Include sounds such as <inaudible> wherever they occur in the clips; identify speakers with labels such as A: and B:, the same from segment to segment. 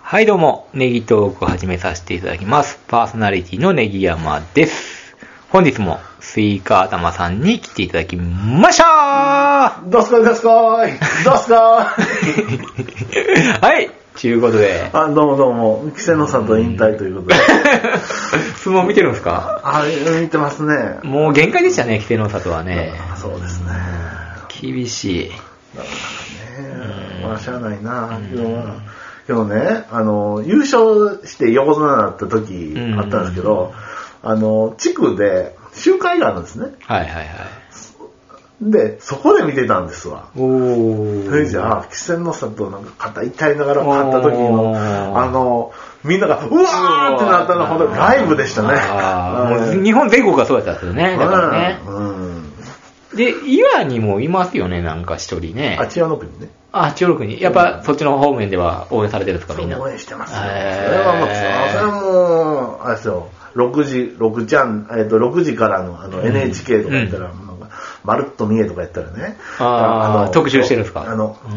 A: はいどうも、ネギトークを始めさせていただきます。パーソナリティのネギ山です。本日もスイカ頭さんに来ていただきました <laughs> は
B: どすこいどすこいど
A: <laughs>
B: すこ
A: いということで
B: い、あ、どうもどうも、稀勢の里引退ということで。
A: <laughs> 相撲見てるんですか
B: あ、見てますね。
A: もう限界でしたね、規定の里はね。
B: あそうですね。
A: 厳しい。
B: ねまあ、しゃあないな。けどまあけどね、あの、優勝して横綱になった時
A: うん
B: あったんですけど、あの、地区で集会があるんですね。
A: はいはいはい。
B: で、そこで見てたんですわ。
A: おー。
B: それじゃあ、稀勢の里なんか肩痛いながら勝った時
A: お
B: の、
A: ー
B: あの、みんなが、うわーってなったのは、ほんとライブでしたね。
A: あー
B: はい
A: もう日本全国がそうやったんですよね。だからね。
B: うん。
A: で、岩にもいますよね、なんか一人ね。
B: あ、千代の国ね。
A: あ、千代の国。やっぱそっちの方面では応援されてるんですか、みんな。
B: 応援してますよ。そ
A: へ
B: れ
A: ー
B: はもう、それはもう、あれですよ、6時、6ちゃん、えっと、6時からのあの NHK とかやったら、なんかまるっと見えとかやったらね。
A: あー
B: の
A: 特集してるんですか
B: あの、
A: うん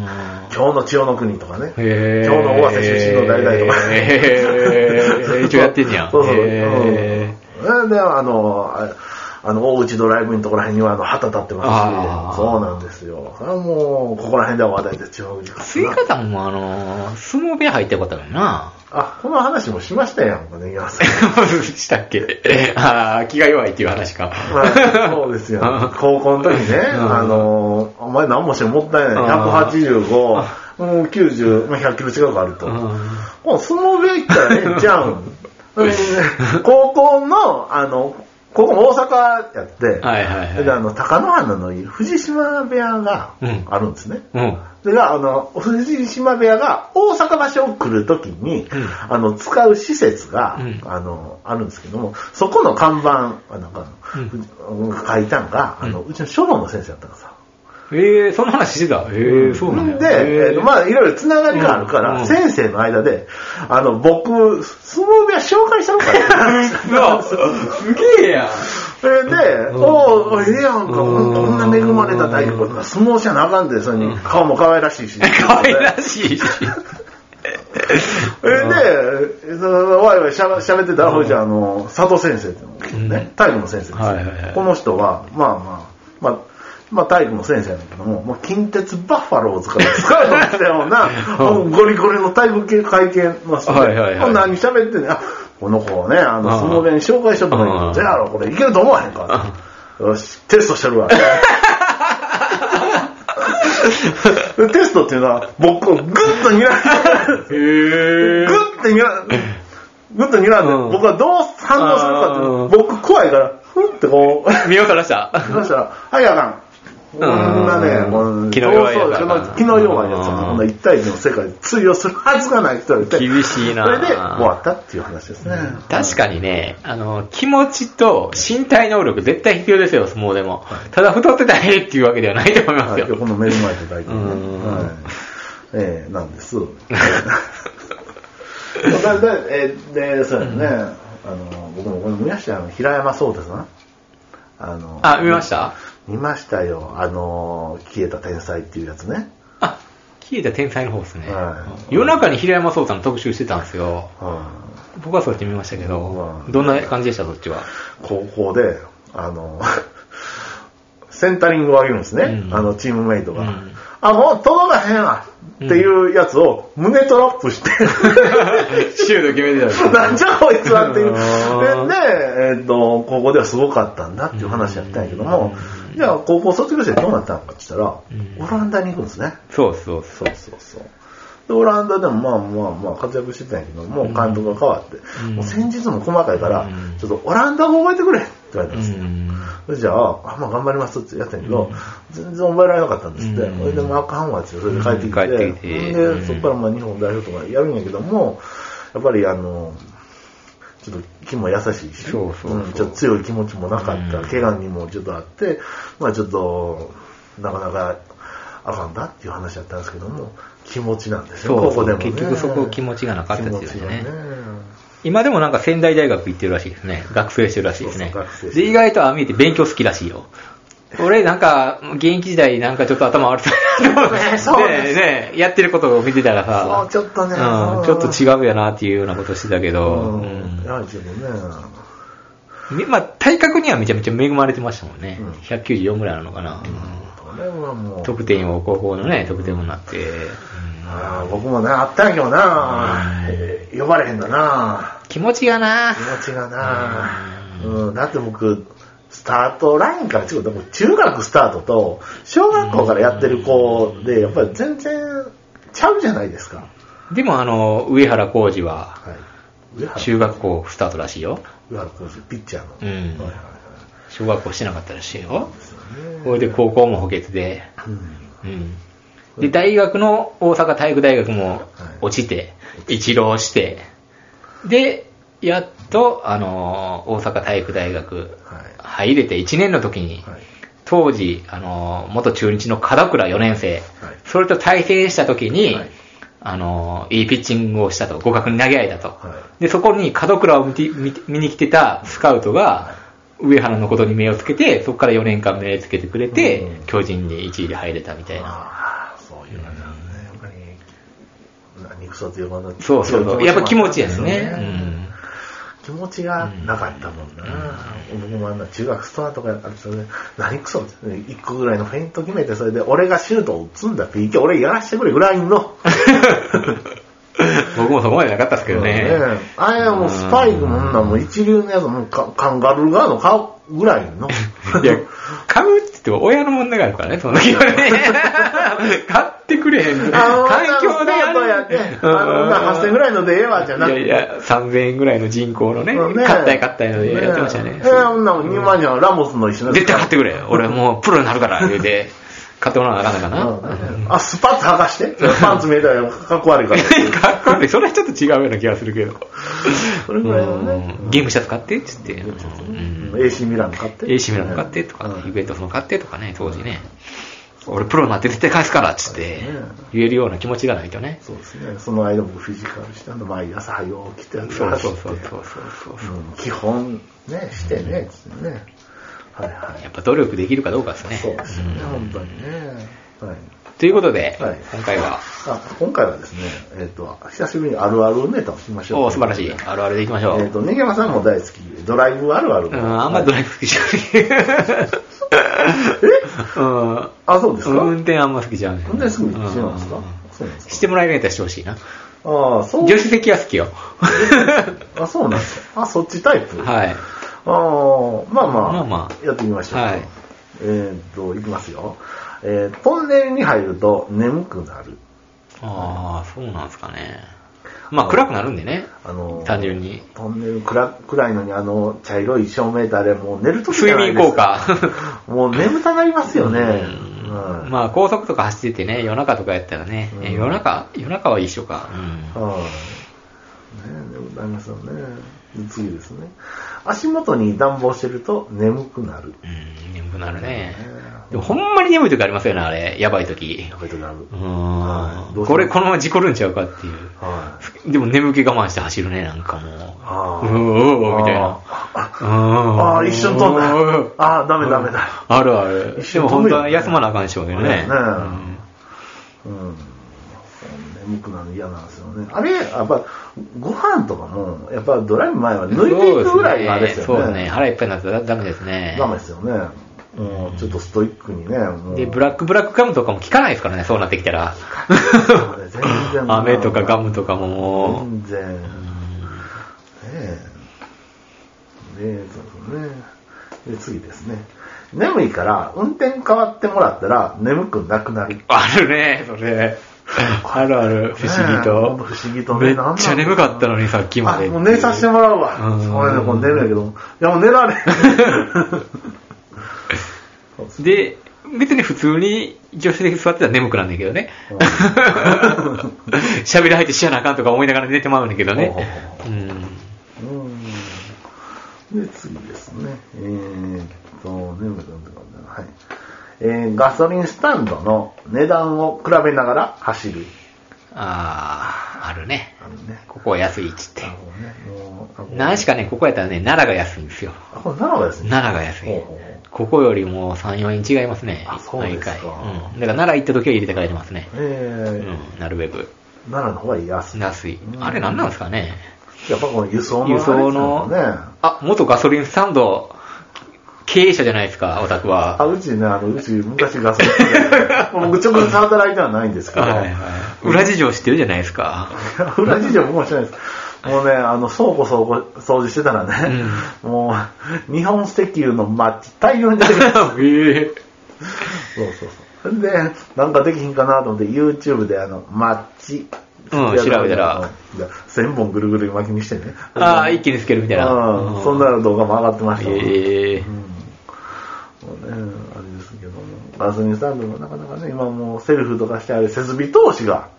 B: 今日の千代の国とかね。今日
A: へー
B: の大瀬出身の誰々とか。
A: へ
B: <laughs>
A: ー一応やってんじゃん
B: そうそうそう。うん
A: へ
B: で、あの、ああの、大内ドライブインのところら辺にはあの旗立って
A: あ
B: ま
A: ー
B: すし、そうなんですよ。それはもう、ここら辺では話題です、千代の国か
A: スイカさんもあの、相撲部屋入ったことあ
B: <laughs>
A: るな。
B: あ、この話もしましたやんかね、岩
A: <laughs>
B: 瀬さん。
A: したっけああ、気が弱いっていう話か。
B: はい
A: <laughs>
B: そうですよ。高校の時ね、
A: うん
B: あのー、お前何もしてもったいない。185、もう90、まあ100キロ近くあると。も
A: あ
B: う相撲部屋行ったらええんちゃ
A: <laughs>
B: うん。うん高校の、あの、高校も大阪やって、
A: ーはいはいはい。
B: であの、高野花のいる藤島部屋が
A: うん
B: あるんですね。
A: うん。
B: それが、あの、藤島部屋が大阪場所を来るときに、
A: ん
B: あの、使う施設が、
A: うん
B: あの、あるんですけども、そこの看板、あなんか、書いたんが、あの、うちの書道の先生だったんですよ。
A: ええそんな話してた。ええそうなん
B: ん
A: や
B: で、えーとまあ、いろいろつながりがあるから、
A: うんうん
B: 先生の間で、あの、僕、相撲部屋紹介したのか
A: <laughs>
B: な
A: すげえ
B: <laughs>
A: やん。
B: それで、
A: ん
B: おお、ええやんか、
A: うん
B: こんな恵まれた大学、相撲じゃなあかんで、それに、顔も可愛らしいし。
A: <laughs> 可愛らしいし。
B: それで、そのワイワイしゃべ喋ってたら、ほいじゃあ、あの、佐藤先生っていうのが来てね、体育の先生ですよ、
A: はいはいはい
B: この人は、まあまあ、まあ、まあ体育の先生なんだけども、もう近鉄バッファローズから使うのってよう
A: <laughs>
B: な、もうゴリゴリの体育系会見の人で、
A: はいはいはい
B: こんなに喋ってんねんあ、この子をね、あの、相撲部屋に紹介しとったんだけ
A: うん
B: ど、じゃあやろ、これいけると思わへんから。よし、テストしてる
A: <laughs>
B: わ。でテストっていうのは、僕をグッと睨んで、
A: へえ
B: グッて睨んで、グッと睨んで、
A: うん
B: 僕はどう反応するか
A: あー
B: って、僕怖いから、ふんってこう、
A: 見ようとらした。
B: そしたら、はい、あかん。こんなね、この
A: 気の弱いやつだ
B: そう
A: な
B: そう気の弱いやつだな
A: うん
B: こんな一対一の世界で通用するはずがない人がいて。
A: 厳しいな
B: それで終わったっていう話ですね。
A: 確かにね、あの、気持ちと身体能力絶対必要ですよ、相撲でも。ただ太ってたらええっていうわけではないと思います
B: はい、今
A: よ。
B: 日この目の前で大体ね。
A: うん
B: はい。ええなん
A: <laughs>
B: です。だだえーで、そうやね、あの、僕もこれ見ましたよ、平山そうですな。あの、
A: あ、見ました
B: 見ましたよ、あの、消えた天才っていうやつね。
A: あ、消えた天才の方ですね
B: は。い
A: 夜中に平山壮さんの特集してたんですよ。
B: うん
A: 僕はそっち見ましたけど、
B: うん
A: どんな感じでした、そっちは。
B: 高校で、あの、 <laughs> センタリングを上げるんですね、
A: うん
B: あのチームメイトが。
A: うん
B: あ、もう届かへんわっていうやつを胸トラップ
A: <laughs>
B: して、
A: <laughs> シュート決めてたんです
B: <laughs>
A: よ
B: なんじゃこいつはっていう。
A: うん
B: で、でえっと、高校ではすごかったんだっていう話やったんやけども、じゃあ高校卒業してどうなったのかって言ったら、
A: うん
B: オランダに行くんですね。
A: <laughs> そうそうそ
B: そうそうそう。で、オランダでもまあまあまあ活躍してたんやけど、もう監督が変わって、
A: うん
B: もう戦術も細かいから、
A: うん
B: ちょっとオランダ語覚えてくれって言われたん
A: う。う
B: ですよ。
A: ん。
B: それじゃあ、あまあ、頑張りますってやったんやけど、全然覚えられなかったんですって、
A: うん
B: それでもうあかんわって、それで帰ってきて、
A: うん帰ってきて
B: で、
A: うん
B: そこからまあ日本代表とかやるんやけども、やっぱりあの、ちょっと気も優しいし、
A: そうそうそうん
B: ちょっと強い気持ちもなかった、
A: うん
B: 怪我にもちょっとあって、まあちょっと、なかなかあかんだっていう話だったんですけども、気持ちなんですよ、
A: そう
B: ここでも、ね。
A: 結局そこ気持ちがなかったっていうね
B: 気持ちがね
A: 今でもなんか仙台大学行ってるらしいですね。学生してるらしいですね
B: そうそう学生。して
A: で、
B: る
A: 意外とああ見えて勉強好きらしいよ。俺なんか、現役時代なんかちょっと頭悪そうだなと思って
B: ね <laughs> そうです
A: ねえねえやってることを見てたら
B: そ
A: さ、
B: うちょっとね
A: うんちょっと違うよなっていうようなことしてたけど、
B: う。
A: うんん
B: 偉いけどね。
A: みまあ、体格にはめちゃめちゃ恵まれてましたもんね。
B: うん
A: 194ぐらいなのかな。
B: これはもう。
A: 得点を高校のね、得点もなって、うん
B: ああ僕もね、あったんやけどな、
A: う
B: 呼ばれへんだな
A: 気持ちがな
B: 気持ちがなうん、だって僕、スタートラインから違う、でも中学スタートと、小学校からやってる子で、やっぱり全然ちゃうじゃないですか。
A: でもあの、上原浩二は、
B: はい。上原
A: 中学校スタートらしいよ。
B: 上原浩二、ピッチャーの。
A: うん
B: はいはい
A: 小学校してなかったらしいよ。
B: はい。
A: それで高校も補欠で、
B: うん
A: うん。で、大学の大阪体育大学も落ちて、一浪して、で、やっと、あの、大阪体育大学入れて1年の時に、
B: はい。
A: 当時、あの、元中日の門倉4年生、
B: はい
A: それと対戦した時に、
B: はい
A: あの、いいピッチングをしたと、互角に投げ合えたと。
B: は
A: で、そこに門倉を見て見て見に来てたスカウトが、上原のことに目をつけて、そこから4年間目をつけてくれて、
B: うん
A: 巨人に1位で入れたみたいな。
B: ああ、そういう感じなんですね。やっぱり、何くそって呼ばな
A: そうそうそう。やっぱ気持ちですね。
B: 気持ちがなかったもんな、僕もあんな中学ストアとかやったんですよね何クソって1個ぐらいのフェイント決めてそれで俺がシュートを打つんだ PK 俺やらしてくれぐらいの
A: うん僕もそこまでなかったですけどね。
B: あれはもうスパイクもんなもう一流のやつもうカカンガルーガーの顔ぐらいの
A: いや、買うって言っても親の問題があるからね、その時
B: <laughs>
A: はね。買ってくれへんと。
B: あの
A: 環境で
B: あのやって、あのな8000ぐらいのでええわじゃなく
A: い
B: て
A: やいや、3000円ぐらいの人口のね、
B: うんね
A: 買ったい買ったいのでやってましたね
B: え。そんなもん2万じゃんラモスの一緒のやつ
A: 絶対買ってくれ。俺もうプロになるから、言うて。買ってもらわなあかんのかな。
B: うんあ、スパッツ剥がして。パンツ見えたらかっこ悪いから。
A: かっこ悪い。それはちょっと違うような気がするけど。
B: それぐらいのね
A: うんゲームシャツ買ってって言って。うん
B: うん AC ミラン買って。
A: AC ミラノ買ってとか、ユベントスも買ってとかね、当時ね。俺プロになって絶対返すからっつって
B: そうだね、
A: 言えるような気持ちがないとね。
B: そうですね。その間僕フィジカルしたんで、毎朝早起きて走って。
A: そうそうそうそうそうそう。
B: うん基本ね、してね、つってね。はいは
A: やっぱ努力できるかどうかです
B: い。
A: ね。
B: そうですよね、
A: うん
B: 本当にね。はい。
A: ということで、
B: はい
A: 今回は、
B: あ今回はですね、えっ、と、久しぶりにあるあるネタをしましょう。
A: おー素晴らしい。あるあるでいきましょう。
B: えっ、と、ネギ山さんも大好き、ドライブあるある。
A: うん、あんまドライブ好きじゃない。
B: あ、そうです
A: う
B: か、
A: ん、運転あんま好きじゃない。
B: 運転すぐしてなんですか
A: うん
B: そうなんですか
A: してもらえるんやったらしてほしいな。
B: ああ、そう
A: 助手席は好きよ。
B: あ、そうなんですか。あ、そっちタイプ。い。
A: <laughs> はい。
B: あーまあまあ、
A: まあまあ
B: やってみましょう。
A: はい
B: えーっと、いきますよ。えートンネルに入ると眠くなる。
A: ああ、そうなんですかね。まあ、暗くなるんでね。
B: あのー
A: 単純に。
B: トンネル暗暗いのにあの茶色い照明たれもう寝るとき
A: 睡眠効果。
B: <laughs> もう眠たなりますよね。
A: うん
B: はい
A: まあ、高速とか走っててね、夜中とかやったらね、
B: うん
A: え夜中夜中は一緒か。うん
B: はい。ねえ、眠たなりますよね。で次ですね。足元に暖房してると眠くなる。
A: うん、眠くなるね
B: ね。
A: でも、ほんまに眠い時ありますよね、あれ。やばい時
B: や。めとなる。
A: う
B: はいどうしよ
A: ん。
B: う
A: これ、このまま事故るんちゃうかっていう。
B: はい。
A: でも眠気我慢して走るね、なんかもう。
B: あー
A: うおうおうみたいな。
B: あ
A: あ
B: あ、一瞬飛んだ。ああ、ダメダメだ。
A: あるある。
B: 一
A: で
B: 緒
A: も
B: に飛
A: 本
B: ぶよね
A: 当は休まなあかんでしょうけどね。
B: ねうん。眠くなるの嫌なんですよね。あれ、やっぱ、ご飯とかも、やっぱドライブ前は抜いていくぐらいがあれです
A: そうです
B: よ
A: ね。
B: ね。
A: 腹いっぱいになったらダメですね。
B: ダメですよね。うんちょっとストイックにね。もう
A: で、ブラックブラックガムとかも効かないですからね、そうなってきたら。
B: 全然
A: <laughs> 飴とかガムとかももう。
B: 全然。ねえ。ねえ、そうですね。で、次ですね。眠いから、運転変わってもらったら、眠くなくなる。
A: あるね、それ。あるある、不思議
B: ねえ
A: と。
B: ほんと不思議と
A: め
B: ね
A: っちゃ眠かったのに、さっきまで。
B: あ、もう寝させてもらうわ。
A: うん
B: それでもう寝るんやけど。いや、もう寝られへん。
A: で、別に普通に助手席座ってたら眠くなんだけどね
B: うん
A: <laughs> 喋り入ってしやなあかんとか思いながら寝てまうんだけどね
B: ほ。
A: うん
B: うんで、次ですね。えーっと、眠くなったかな。はい。えーガソリンスタンドの値段を比べながら走る。
A: あー、あるね。
B: あのね。
A: ここは安いっつって
B: あ。のね、もう、あの
A: 何しかね、ここやったらね、奈良が安いんですよ。
B: あ、これ奈良ですね。
A: 奈良が安い
B: ほうほうほう。
A: ここよりも3、4人違いますね。
B: あそうですか
A: 毎回。うん。だから奈良行った時は入れて帰れてますね。う
B: え
A: ん、なるべく。
B: ー、奈良の方が安い。
A: 安い
B: うん
A: あれ何なんですかね。
B: やっぱこの輸送の、
A: 輸送の
B: ね。
A: あ、元ガソリンスタンド経営者じゃないですか、オタク
B: あ、
A: は。
B: うちね、あの、うち昔ガソリンで、僕直接働いてはないんですけど、
A: はいはい裏事情知ってるじゃないですか。
B: 裏事情僕も知らないです。もうね、あの、倉庫倉庫掃除してたらね、もう、日本石油のマッチ大量に出てくる。
A: <laughs> え
B: そうそうそう。で、なんかできひんかなと思って、YouTube であの、マッチ。
A: うん調べたら。
B: 1000本ぐるぐる巻きにしてね。
A: ー、ああ、一気につけるみたいな。
B: うん、そんな動画も上がってましたもん
A: ええ
B: うんもうね、あれですけども、ガソリンスタンドもなかなかね、今もうセルフとかしてある設備投資が、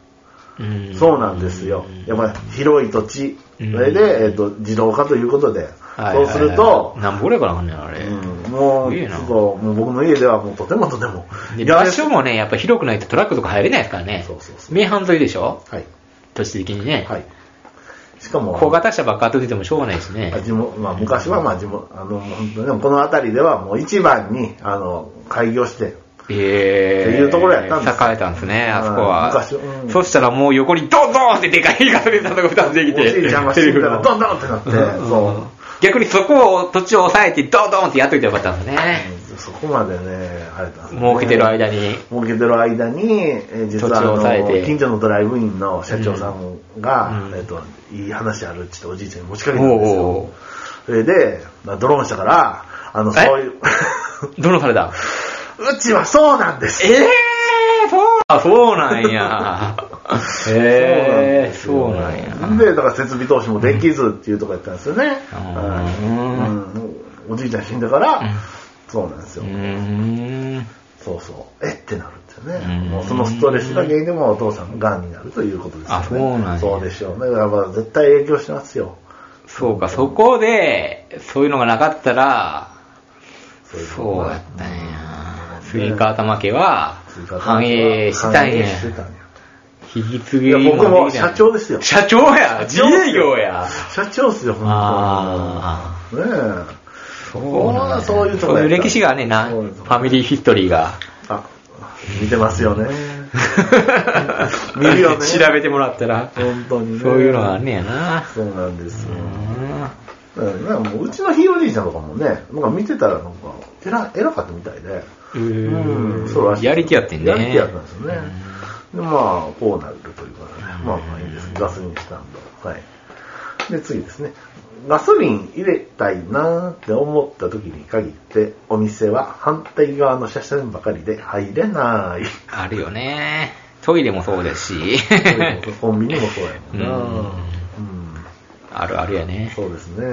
A: うん
B: そうなんですよ。やっぱり広い土地、
A: うん
B: それで、えっと自動化ということで、
A: はい
B: そうすると、
A: はいはいなんぼぐらいからなんねんあれ。
B: うんもう、
A: すげ
B: ち
A: えな
B: ょっと、もう僕の家ではもうとてもとても、
A: で
B: や
A: 場所もね、やっぱ広くないとトラックとか入れないですからね。
B: そうそうそう
A: 名阪沿いでしょ
B: はい。
A: 都市的にね。
B: はい。しかも、
A: 小型車ばっか当ててもしょうがないですね。
B: 地元まあ、昔はまあ地元、あの、本当にでもこの辺りではもう一番に、あの、開業して、
A: ええ
B: っていうところやったんです
A: 栄えたんですね、あそ
B: う
A: こ
B: ん
A: は。
B: 昔うん
A: そしたらもう横にドンドンってでかいガソリンスタンドが2つできて。
B: おじいちゃんが死んだら
A: セ
B: ドンドンってなって、
A: ルフのうん
B: そ
A: 逆にそこを土地を抑えてドンドンってやっといてよかったんですね。
B: う、そこまでね、あれだね
A: 儲けてる間に。
B: 儲けてる間に、えー実はあ
A: 土地を抑え
B: の
A: て
B: 近所のドライブインの社長さんが、
A: うん
B: えっといい話あるって言っておじいちゃんに持ちか
A: お
B: けたんです
A: うお
B: よ。それで、まあドローンしたから、あの、
A: え
B: そういう、
A: うどのされた
B: <laughs> うちはそうなんです
A: ええー、そうあ、そうなん
B: <laughs>
A: や。ええー、そうなんや。
B: で、だから設備投資もできずっていうとこやったんですよね。
A: うん
B: うんおじいちゃん死んだから、
A: うん
B: そうなんですよ。
A: うーん。
B: そうそう。えってなるんですよ
A: う
B: ね。
A: ん
B: もうそのストレスが原因でもお父さんが癌になるということですよね。
A: あそうなんや
B: そうでしょうね。だから絶対影響してますよ。
A: そうか、そこで、そういうのがなかったら、
B: そういうこと
A: そう
B: が
A: やったんや。杉川玉家は
B: 追加、
A: 繁栄したん
B: 反映
A: や。
B: してたんや
A: 引き継
B: い
A: ぎ
B: や、僕も
A: でき
B: 社
A: たんや
B: 長ですよ。
A: 社長や自営業や
B: 社長っすよ、ほん
A: あ
B: とに。ねえ。
A: そうなんや
B: そういうとこ
A: そう
B: や
A: い
B: った
A: う歴史がね、な、
B: そ
A: フ
B: うです
A: ァミリーヒストリーが。
B: あ、見てますよね。 <laughs> 見るよね
A: 調べてもらったら。
B: 本当にね
A: そういうのがあんねやな。
B: そうなんですよ。
A: うん
B: うんなんかもううちのひいおじいちゃんとかもね、なんか見てたらなんか偉偉かったみたいで。
A: うん
B: うんそうらしい
A: やりきやってんね。
B: やりきやったんですよね。で、まあ、こうなるということでね。まあまあいいです。ガソリンスタンド。はい。で、次ですね。ガソリン入れたいなーって思った時に限って、お店は反対側の車線ばかりで入れ
A: <laughs>
B: ない。
A: あるよね。トイレもそうですし。
B: コンビニもそうやもんな。
A: うん
B: うん
A: <laughs> あるあるやね。
B: そうですね。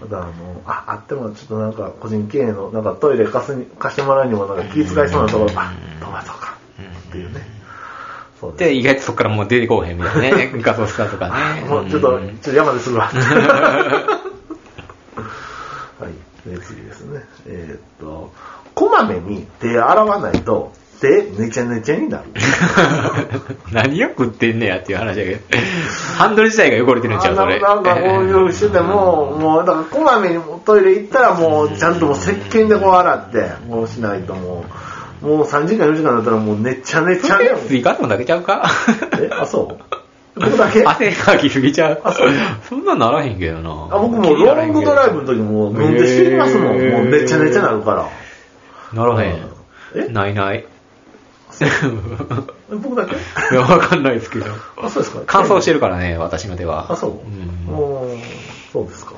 B: またあの、あ、あってもちょっとなんか個人経営の、なんかトイレ貸すに貸してもらうにもなんか気遣いそうなところ、あ、トマトか。っていうね。そうです。
A: で、意外とそこからもう出てこうへんみたいな
B: <laughs>
A: ね。ガソスタとかね。
B: もうちょっと、ちょ
A: ん
B: っと山です <laughs> るわ。はい。で、次ですね。えーっと、こまめに手洗わないと、手、ねちゃねちゃになる。
A: <laughs> 何を食ってんねやっていう話だけど。ハンドル自体が汚れてるんちゃう、それ。
B: あなんかなんかこういうふうしてても、もう、だからこまめにもうトイレ行ったらもう、ちゃんともう石鹸でこう洗って、もうしないともう、もう3時間4時間だったらもうねちゃねちゃね。
A: <laughs> スイカだけちゃうか
B: え、あ、そう僕だけあ、
A: 汗かきすぎちゃう
B: あそう。
A: そんなんならへんけどな。
B: 僕もうロングドライブの時もう飲んで死にますもん。
A: へー
B: もうねちゃねちゃなるから。
A: ならへ
B: え
A: ん。ないない。 <laughs> い
B: え僕だけ
A: や、わかんないですけど。
B: あ、そうですか。
A: 乾燥してるからね、私の手は。
B: あ、そう。
A: ん
B: もうそうですか。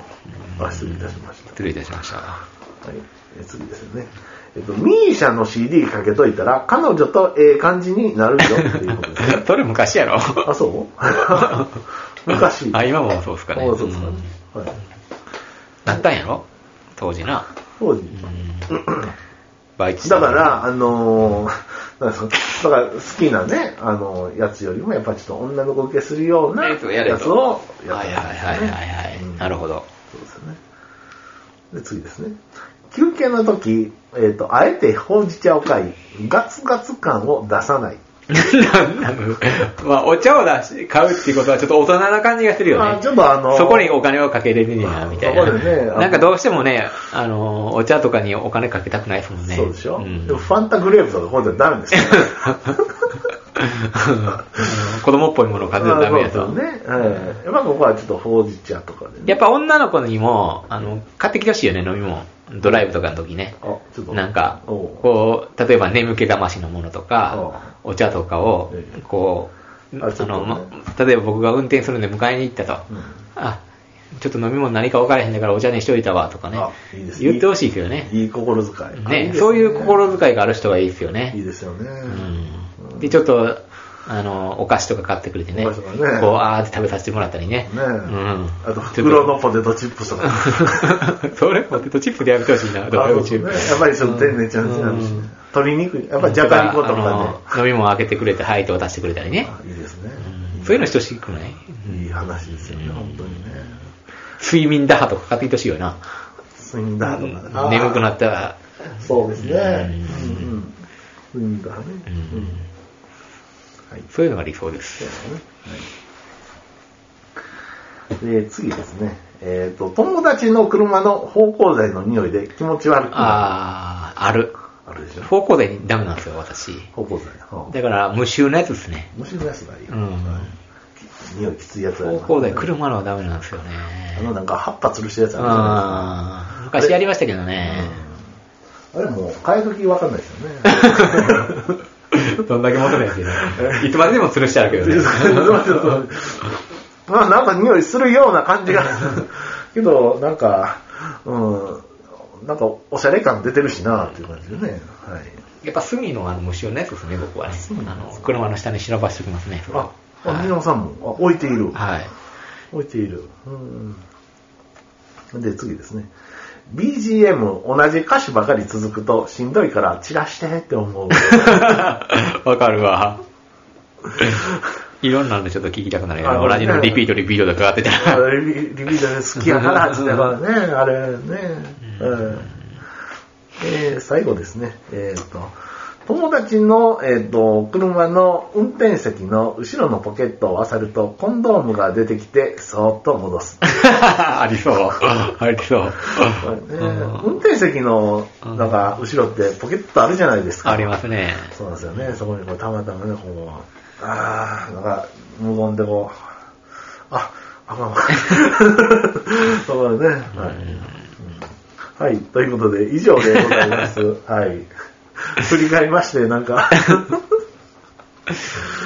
B: あ、失礼いたしました。
A: 失礼いたしました。 <laughs>
B: はい、え次ですよね。えっと、ミーシャの CD かけといたら、彼女とええ感じになるよっていうことです
A: <laughs>
B: ね。
A: それ昔やろ。
B: あ、そう <laughs> 昔。
A: <laughs> あ、今もそうっすかね。
B: あそうですか
A: うん
B: はい。
A: なったんやろ当時な。
B: 当時。
A: バイトして
B: だ
A: た
B: から、あのー、なんかそのだから好きなね、あのーやつよりもやっぱちょっと女の子受けするような
A: や
B: や
A: つをやれ
B: つを
A: と。
B: やっ
A: は
B: た
A: いはいはいはいは
B: うん
A: い。なるほど。 <laughs>
B: そうですよね。で、次ですね。休憩の時、えっ、と、あえてほうじ茶を買い、ガツガツ感を出さない。
A: なんなのまあ、お茶を出し、買うっていうことはちょっと大人な感じがするよ
B: あ
A: ね。
B: ちょっとあの
A: そこにお金をかけれるねや、みたい
B: そこでねあ
A: な。
B: の
A: なんかどうしてもね、あの、お茶とかにお金かけたくないですもんね。
B: そうでしょ、
A: ん <laughs>
B: でもファンタグレープとかこういうのダメですよ。
A: あの子供っぽいものを買ってはダメや
B: そ
A: と
B: う。ですよね。ええやっぱここはちょっとほうじ茶とかでね。
A: やっぱ女の子にも、あの、買ってきてほしいよね、飲み物。ドライブとかの時ね。
B: あ、ちょっと。
A: なんか、
B: おう
A: こう、例えば眠気覚ましのものとか、お茶とかを
B: ええ、
A: こう、
B: あ
A: あ
B: ちょっとね
A: の、ま例えば僕が運転するんで迎えに行ったと。
B: うん
A: あ、ちょっと飲み物何か分からへんだからお茶にしといたわとかね
B: あいいです。ね
A: 言ってほしいけどね。
B: いい心遣い。あいい
A: ね
B: で、す
A: そういう心遣いがある人がいいですよね。
B: いいですよね。
A: うんで、ちょっと、あの、お菓子とか買ってくれてね、
B: お
A: こ
B: 菓子
A: う
B: とかね、
A: あーって食べさせてもらったりね。
B: ねえ、
A: うん
B: あと、袋のポテトチップスとか。
A: <laughs> それポテトチップでやめてほしいな、ド
B: あ
A: ライ
B: そう
A: ブ
B: です
A: 中。
B: ねやっぱりその天然ちゃんちゃんし、
A: うん
B: 鶏肉、やっぱりじゃがりことか
A: あの飲み物開けてくれて、はいと渡してくれたり
B: ね
A: ね。。
B: あいいですね。
A: うんそういうの等しくない
B: いい話ですよね、本当にね。
A: 睡眠打破とか買ってきてほしいよな。
B: 睡眠だとかね。
A: 眠く
B: い。
A: なったら、
B: そうですね。
A: うん
B: うん睡眠だね。
A: う
B: うんんはい。
A: そういうのが理想で
B: そう
A: す。
B: ですね。はい。で、次ですね。えっ、と、友達の車の芳香剤の匂いで気持ち悪くな
A: あー、ある。
B: る。あるでしょ。
A: 方向でダメなんですよ、私。
B: 芳香剤。は
A: だから、無臭なやつですね。
B: あむしろやつがいい。
A: うん
B: はい匂いきついやつがいい
A: 方向で車のはダメなんですよね。
B: あのなんか葉っぱ吊るしてるやつあ
A: あー昔やりましたけどね。
B: るじゃないですか。あれもう買い時わかんないですよね。
A: <laughs> どんだけ求めてるいつまででも吊るしてあるけどね。
B: まあなんか匂いするような感じが。けど、なんか、うん、なんかおしゃれ感出てるしなっていう感じでね。はい。
A: <laughs> やっぱ隅のあの無臭のやつですね、僕はね。あの車の下に忍ばしておきますね。それ
B: あ
A: は、
B: あ、宮本さんも、あ、置いている。
A: はい。
B: 置いている。うん。で、次ですね。BGM 同じ歌手ばかり続くとしんどいから散らしてって思う。
A: <laughs> わかるわ。 <laughs> いろんなのでちょっと聞きたくなるよね。
B: あ
A: 同じのリピートリピートとかやってた
B: あ
A: ら。
B: れリビリビーダー好きやからってだからね、あれね。うんえー最後ですね。えっ、と、友達の、えっ、と、車の運転席の後ろのポケットを漁ると、コンドームが出てきて、そーっと戻す。
A: ありそう。 <laughs> ありそう。
B: これね運転席の、なんか、後ろってポケットあるじゃないですか。
A: ありますね。
B: そうなんですよね。そこにこう、たまたまね、こう、あー、なんか、無言でこう、あ、あ <laughs> かんわ。そうだね。はい。はい、ということで、以上でござい <laughs> ます。はい。振り返りまして、なん <laughs> か、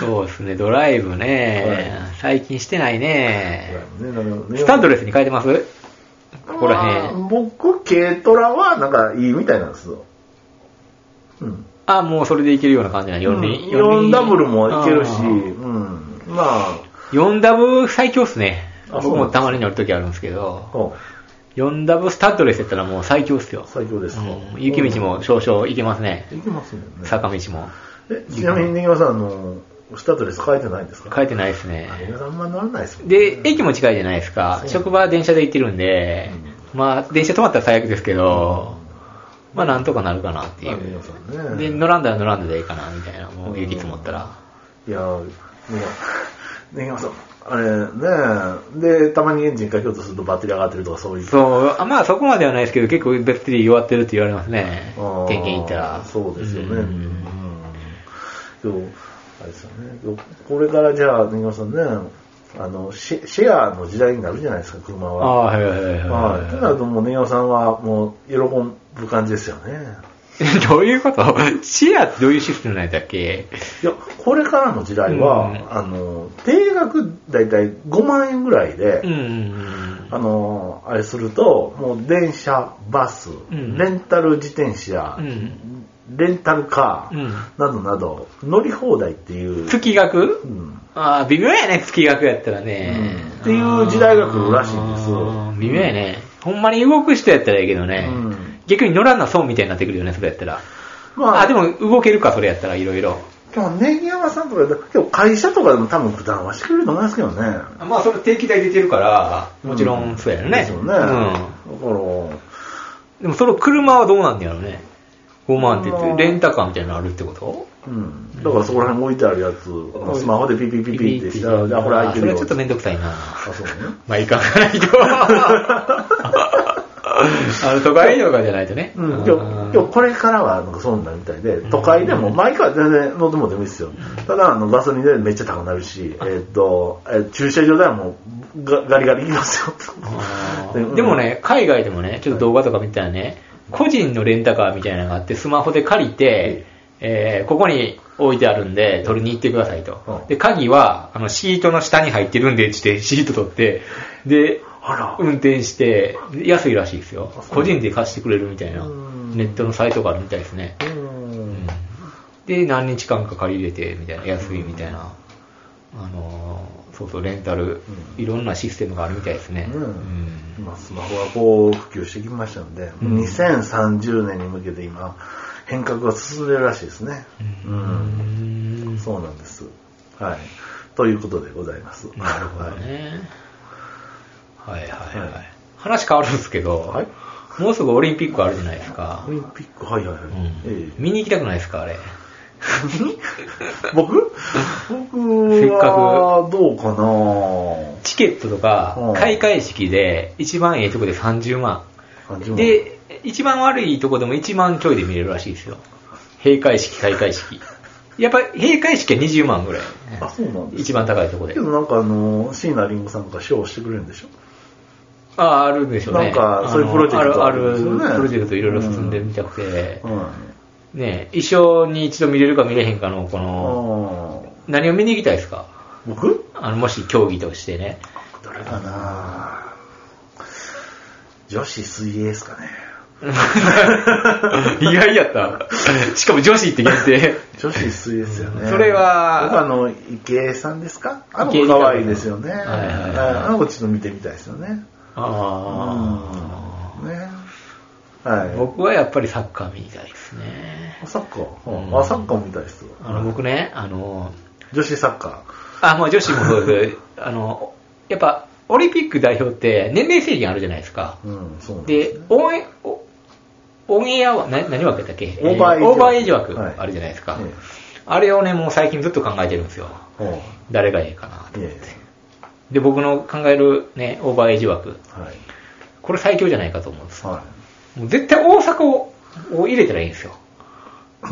A: そうですね、ドライブね。最近してないね。
B: ねなんかね
A: スタッドレスに変えてますここら
B: まあ
A: 辺。
B: 僕、軽トラは、なんか、いいみたいなんですよ。うん。
A: あ、もうそれでいけるような感じなの。4輪。
B: 4ダブルもいけるし、
A: あ
B: う
A: ー
B: ん。ま
A: 4ダブ最強っすね。
B: あ
A: 僕もたまに乗るときあるんですけど
B: あ、。うん
A: 4ダブスタッドレスやったらもう最強っすよ。
B: 最強ですか。
A: うん雪道も少々行けますね。
B: いけますもんね。
A: 坂道も。
B: えちなみに、ネギマさん、あの、スタッドレス変えてないんですか
A: 変えてないですね。
B: ネギマさん、あんまならないですもんね。
A: で、駅も近いじゃないですか。職場は電車で行ってるんで、まあ、電車止まったら最悪ですけど、まあ、なんとかなるかなってい
B: まあネギ
A: う
B: マ。さんね。
A: で、乗らんだら乗らんだでいいかな、みたいな。もう雪積もったら。
B: いやー、ねネギマさん、あれねえ、で、たまにエンジンかけようとするとバッテリー上がってるとか、そういう。
A: そう、あまあ、そこまではないですけど、結構ベッテリー弱ってるって言われますね。
B: あー
A: 点検行ったら。
B: そうですよね。
A: う
B: うんん。でもあれですよね。でもこれからじゃあ、ネギマさんね、あの、シェシェアの時代になるじゃないですか、車
A: あ
B: は。
A: あ、はいはいは
B: はい。
A: い
B: ってな
A: は
B: ると、もうネギマさんは、もう、喜ぶ感じですよね。
A: い。 <laughs> どういうことシェアってどういうシステムなんだっけ
B: いや、これからの時代は、
A: うん
B: あの、定額だいたい5万円ぐらいで、
A: うんうん
B: あの、あれすると、もう電車、バス、
A: ん
B: レンタル自転車、
A: うん。うん。
B: レンタルカー、
A: うん
B: などなど、乗り放題っていう、
A: 月額
B: うん
A: ああ、微妙やね、月額やったらね。
B: うんっていう時代が来るらしいんです
A: あー微妙やね。ほんまに動く人やったらいいけどね。
B: うん
A: 逆に乗らんな損みたいになってくるよね、それやったら。
B: まあ、
A: あ、でも動けるか、それやったらいろいろ。
B: 今日ネギ山さんとかで、今日会社とかでも多分負担はしてくれると思いますけどね。
A: まあ、それ定期代出てるから、もちろんそうやろね。
B: ですよね。だから、
A: うん。でもその車はどうなんだろうね。 5万って言って、レンタカーみたいなのあるってこと
B: うん。だからそこら辺置いてあるやつ、スマホでピピピピってしたら、じゃあこれ空いて
A: そ
B: る
A: れ
B: よ。
A: はちょっとめんどくさいな。
B: あ、そうね。
A: まあ、行かないと。 <laughs> あの、都会とかじゃないとね。
B: <laughs> うん、今日、今日これからは、なんかそうなんみたいで、都会でも、毎回全然乗ってもでもいいですよ。ただ、あの、ガソリンでめっちゃ高くなるし、えーっと、えー駐車場代はもう、がガリガリいきますよ。
A: あーでもね、海外でもね、ちょっと動画とか見たらね、個人のレンタカーみたいなのがあって、スマホで借りて、えーここに置いてあるんで、取りに行ってくださいと
B: う。ん
A: で、鍵は、あの、シートの下に入ってるんで、ってシート取って、で、
B: あら。
A: 運転して、安いらしいですよ
B: あ。そう
A: 個人で貸してくれるみたいな
B: うん、
A: ネットのサイトがあるみたいですね。
B: うん。
A: で、何日間か借り入れて、みたいな、安いみたいな。あのーそうそう、レンタル、
B: うん
A: いろんなシステムがあるみたいですね。
B: うん
A: うん
B: 今、スマホがこう、普及してきましたので、
A: うん
B: 2030年に向けて今、変革が進んでるらしいですね。うん
A: うん
B: そうなんです。はい。ということでございます。
A: なるほどね。はいはいはい。
B: はい
A: 話変わるんですけど、
B: はい
A: もうすぐオリンピックあるじゃないですか
B: はい。オ。リンピック、はいはいはい。
A: うん
B: ええ
A: 見に行きたくないですか、あれ。
B: 僕
A: せ
B: 僕
A: っか
B: はどうかな
A: チケットとか
B: うん、
A: 開会式で、一番ええとこで30万。
B: 30
A: で、一番悪いとこでも1万ちょいで見れるらしいですよ。閉会式、開
B: <laughs>
A: 会式。やっぱり閉会式は20万ぐらい。
B: あ、そうなんです
A: 一番高いとこで
B: け。どなんかあの、椎名林檎さんが賞をしてくれるんでしょ
A: ああ、あるんでしょうね。
B: なんかそういうプロジェクト
A: あのあ
B: あるんですよ
A: る、
B: ね
A: あるプロジェクトいろいろ進んでみたくて、
B: うん。あ
A: ねえ一生に一度見れるか見れへんかの、この、
B: ー
A: 何を見に行きたいですか
B: 僕
A: あの、もし競技とし
B: <laughs>
A: てね。
B: どれかな女子水泳ですかね。
A: 意外やった。しかも女子って限
B: <laughs>
A: 定。
B: 女子水泳ですよね。
A: それは
B: 僕あの、池江さんですかあの
A: 池江
B: 子
A: 璃花子
B: 可愛いですよね。
A: はいはいはい
B: あの子ちょっと見てみたいですよね。
A: あ
B: うんね。
A: あ、
B: はい。
A: 僕はやっぱりサッカー見たいですね。
B: サッカー、
A: うん
B: うんあ、サッカーみたいです。
A: あの、僕ね、あの、
B: 女子サッカ
A: あ、もう女子もそ
B: <laughs>
A: うです。あの、やっぱ、オリンピック代表って年齢制限あるじゃないですか。
B: ー。うん、そうなんです
A: で、オンエ、おオンエアは、な何枠やったっけ
B: オーバーエイジ枠
A: オーバーエイジ枠
B: はい
A: あるじゃないですか、
B: ええ
A: あれをね、もう最近ずっと考えてるんですよ。
B: ほうい
A: 誰がいいかなと思って
B: え。
A: で、僕の考えるね、オーバーエイジ枠。
B: はい。
A: これ最強じゃないかと思うんです。
B: は
A: もう絶対大阪をを入れたらいいんですよ。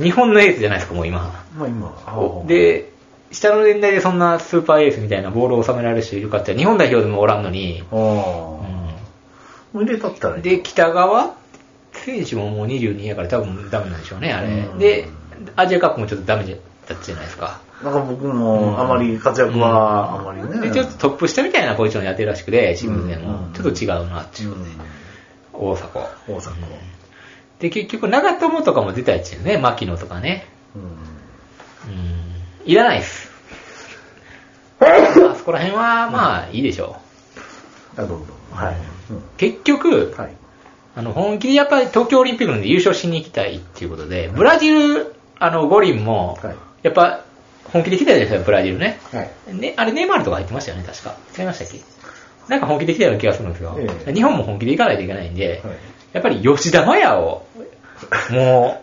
A: 日本のエースじゃないですか、もう今。
B: い。まあ今は、
A: で、下の年代でそんなスーパーエースみたいなボールを収められる人いるかって、日本代表でもおらんのに、
B: ああ、もう入れとったらいい。
A: で、北川選手ももう22やから多分ダメなんでしょうね、あ
B: う
A: れ。
B: ん
A: で、アジアカップもちょっとダメだったじゃないですか。
B: なんか僕もあまり活躍はあまりね。
A: で、ちょっとトップ下みたいなポジションやってるらしくて、シーズンで
B: う
A: も
B: ん。
A: ちょっと違うなっていうう。
B: ん、
A: 大迫。
B: 大阪。
A: で、結局、長友とかも出たいっちゅうね、牧野とかね。
B: うん。
A: うん。いらない
B: <laughs>
A: っす。あそこら辺は、まあ、いいでしょ
B: あ、どうぞ。はい。
A: う。結局
B: うん、はい。
A: あの、本気でやっぱり東京オリンピックで優勝しに行きたいっていうことで、ブラジル、あの、五輪も
B: はい、
A: やっぱ、本気で来たじゃないですか、ブラジルね。
B: はい。
A: ね、あれ、ネイマールとか入ってましたよね、確か。違いましたっけなんか本気で来たような気がするんですよ。
B: ええ
A: 日本も本気で行かないといけないんで、
B: はい
A: やっぱり吉田麻也を、も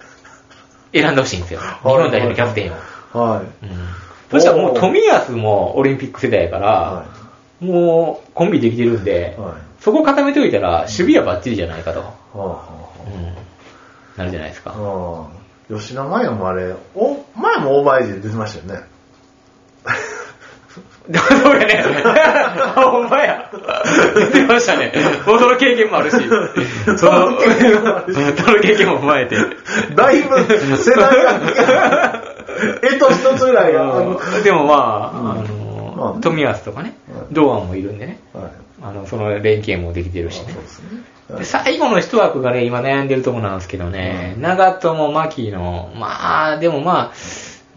A: う、選んでほしいんですよ。日本代表のキャプテンを。
B: はい。
A: うんそしたらもう富安もオリンピック世代やから、
B: は
A: もうコンビできてるんで、
B: はい
A: そこ固めておいたら守備はバッチリじゃないかと、
B: い。は
A: うんなるじゃないです
B: あ、
A: か。
B: はあ。吉田麻也もあれ、お前もオーバーエイジで出てました
A: <laughs>
B: よね。
A: でもそう
B: <laughs>
A: やね。ほんまや。出てましたね。踊る経験もあるし、その、踊る経験も踏まえて。
B: だいぶ世代
A: <laughs>
B: が、えと一つぐらいが、あの
A: でもまあ、
B: うん
A: あの
B: まあね
A: 富安とかね、
B: はい
A: 堂安もいるんでね、
B: はい。
A: あのその連携もできてるしね。
B: すね。
A: で最後の一枠がね、今悩んでるとこなんですけどね、長友、牧野、まあ、でもまあ、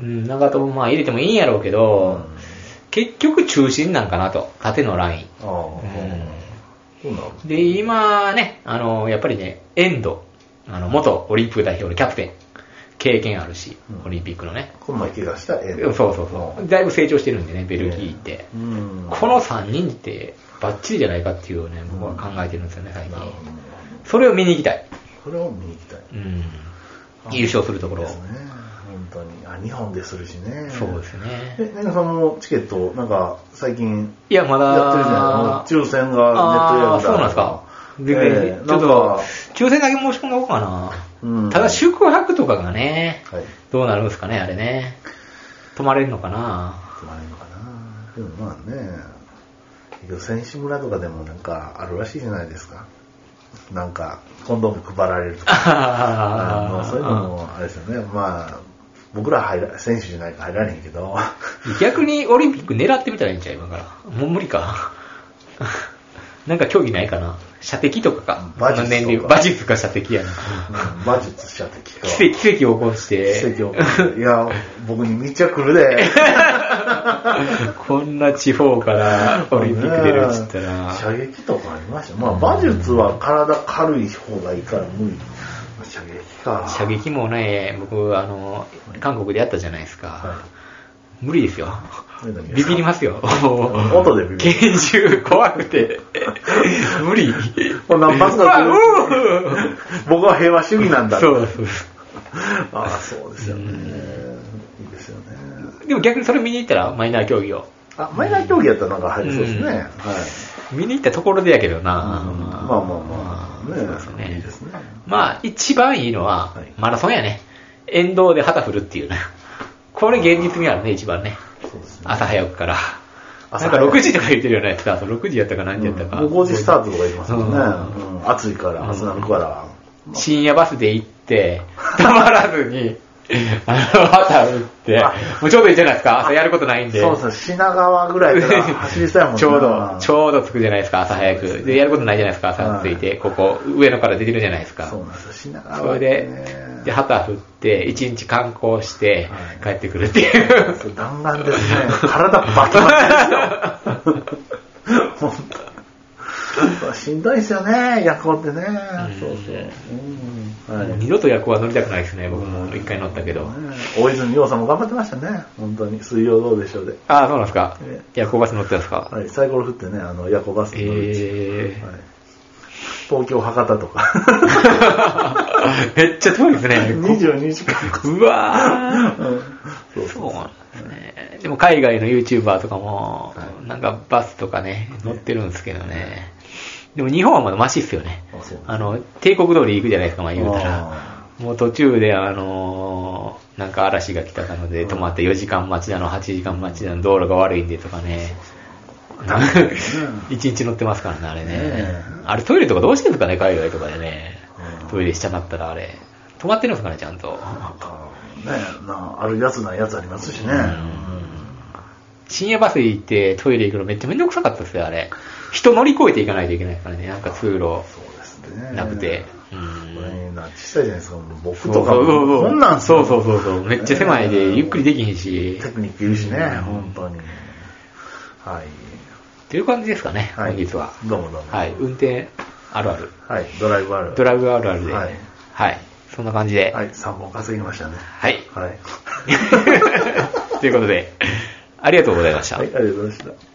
A: うん、長友、まあ入れてもいいんやろうけど、
B: うん
A: 結局中心なんかなと、縦のライ
B: ああ、そうなの
A: ン。で、今ね、あの、やっぱりね、遠藤、あの、元オリンピック代表のキャプテン、経験あるし
B: う、ん
A: オリンピックのね。
B: こんな怪我したらええ
A: そうそうそう。だいぶ成長してるんでね、ベルギーって。
B: うん。
A: この3人ってバッチリじゃないかっていうね、僕は考えてるんですよね、最近
B: なるほど。
A: それを見に行きたい。
B: これを見に行きたい。
A: うん。優勝するところを。
B: ですね。本当に。あ、日本でするしね。
A: そうですね。
B: え、ねさんもチケット、なんか、最近、
A: いや、まだ、
B: やってるじゃないですか。抽選がネット予
A: ああ、
B: 約
A: そうなんですか。全然、
B: ええ
A: ちょっ
B: なん
A: と
B: か、
A: 抽選だけ申し込んだおうかな。
B: うん
A: ただ、宿泊とかがね、
B: はい。
A: どうなるんですかね、あれね。泊まれるのかな。
B: つまれんのかな。でもまあね、結局選手村とかでもなんかあるらしいじゃないですか。なんか、コンドーム配られるとか。あのそういうのも、あれですよね。まあ、僕ら入ら、選手じゃないから入られへんけ
A: <laughs>
B: ど、
A: 逆にオリンピック狙ってみたらいいんちゃう今から。もう無理か。なんか競技ないかな。射的とかか。
B: 馬術とか
A: 年齢馬術か射的やな。
B: うん馬術者的か。
A: 奇跡、奇跡を起こして。
B: 奇跡を起こす。いや、僕に密着来るで。
A: こんな地方から <laughs> オリンピック出るっつったら。
B: 射撃とかありました。まあ、馬術は体軽い方がいいから無理。射撃か。
A: 射撃もね、僕、あの、韓国でやったじゃないですか。
B: は
A: 無理ですよ。
B: 何がですか
A: ビビりますよ。
B: 音でビビる
A: 拳銃怖く
B: <laughs>
A: て。無理。
B: これ何発か来
A: う
B: る
A: わうわ
B: <laughs> 僕は平和主義なんだ。
A: そうそうそ
B: ああ、そうですよね。いいですよね。
A: う。でも逆にそれ見に行ったら、マイナー競技を。
B: あ、マイナー競技やったらなんか入りそうですね。
A: うん
B: はい。
A: 見に行ったところでやけどな。
B: まあまあまあ、ね
A: そうですね
B: いいですね。
A: まあ、一番いいのは
B: はい、
A: マラソンやね。沿道で旗振るっていうね。これ現実味あるね、一番ね。
B: そうですね。
A: 朝早くから。
B: 朝
A: なん
B: 早
A: か
B: い
A: 6時とか言ってるよね、スタート。6時やったか何時やったか。
B: もう5時スタートとか言いますもんね。
A: う
B: うん暑いから、暑なるから。
A: 深夜バスで行って、
B: <laughs>
A: たまらずに、あの、旗打って
B: あ、
A: もうちょうどいいじゃないですか。朝やることないんで。
B: そうですね、品川ぐらいから走りたいもんな
A: <laughs> ちょうど、ちょうど着くじゃないですか、朝早く。で、やることないじゃないですか、朝着いて、ここ、上野から出てるじゃないですか。
B: そうなんですよ、品川
A: それで、で、旗振って、一日観光して
B: はい、
A: 帰ってくるっていう。
B: そう弾丸ですね。体バキバキ
A: <laughs>
B: ですよ。本当。しんどいですよね、夜行ってね。そうそう。うん。はい。
A: 二度と夜行は乗りたくないですね、僕も一回乗ったけど。
B: ね大泉洋さんも頑張ってましたね。本当に。水曜どうでしょうで。
A: ああ、そうなんですか
B: え。
A: 夜行バス乗ってたんですか。
B: はい。サイコロ振ってね、あの、夜行バスに乗るうち
A: え
B: はい。東京博多とか。
A: ー。 <laughs> めっちゃ遠いで
B: <laughs>
A: すね。
B: 22時間。
A: <laughs> うわー。
B: そうそう。
A: そうなんですね。でも海外の YouTuber とかも、なんかバスとかね、乗ってるんですけどね。でも日本はまだマシっすよね
B: あそう。
A: あの、帝国通り行くじゃないですか、まあ言うた
B: あ
A: ら。もう途中で、あのーなんか嵐が来たので、止まって4時間待ちなの、8時間待ちなの、道路が悪いんでとかね。一日乗ってますからね、あれね。
B: え
A: あれトイレとかどうしてるんですかね、海外とかでね
B: うん。
A: トイレしちゃなったらあれ。止まってるんですかね、ちゃんと。
B: あーねなあるやつないやつありますしね。
A: 深夜バス行ってトイレ行くのめっちゃめんどくさかったですよ、あれ。人乗り越えていかないといけないからね、なんか通路
B: そうですね。
A: なくて。う
B: こ
A: ん。
B: れな、小さいじゃないですか。もう僕
A: そう
B: と
A: そう
B: かも、
A: そうそう。
B: こんなん
A: そうそうそうそう。めっちゃ狭いで、ゆっくりできひんし。
B: テクニックいるしね、本当に。はい。
A: という感じですかね、
B: はい
A: 本日は。
B: どうもどうも。
A: はい。運転あるある。
B: はい、ドライブある。
A: ドライブあるあるで。
B: はい
A: はい。そんな感じで。
B: はい、3本稼ぎましたね。
A: はい。 <laughs>
B: はい。
A: ということで、ありがとうございました
B: はい、あ。りがとうございました。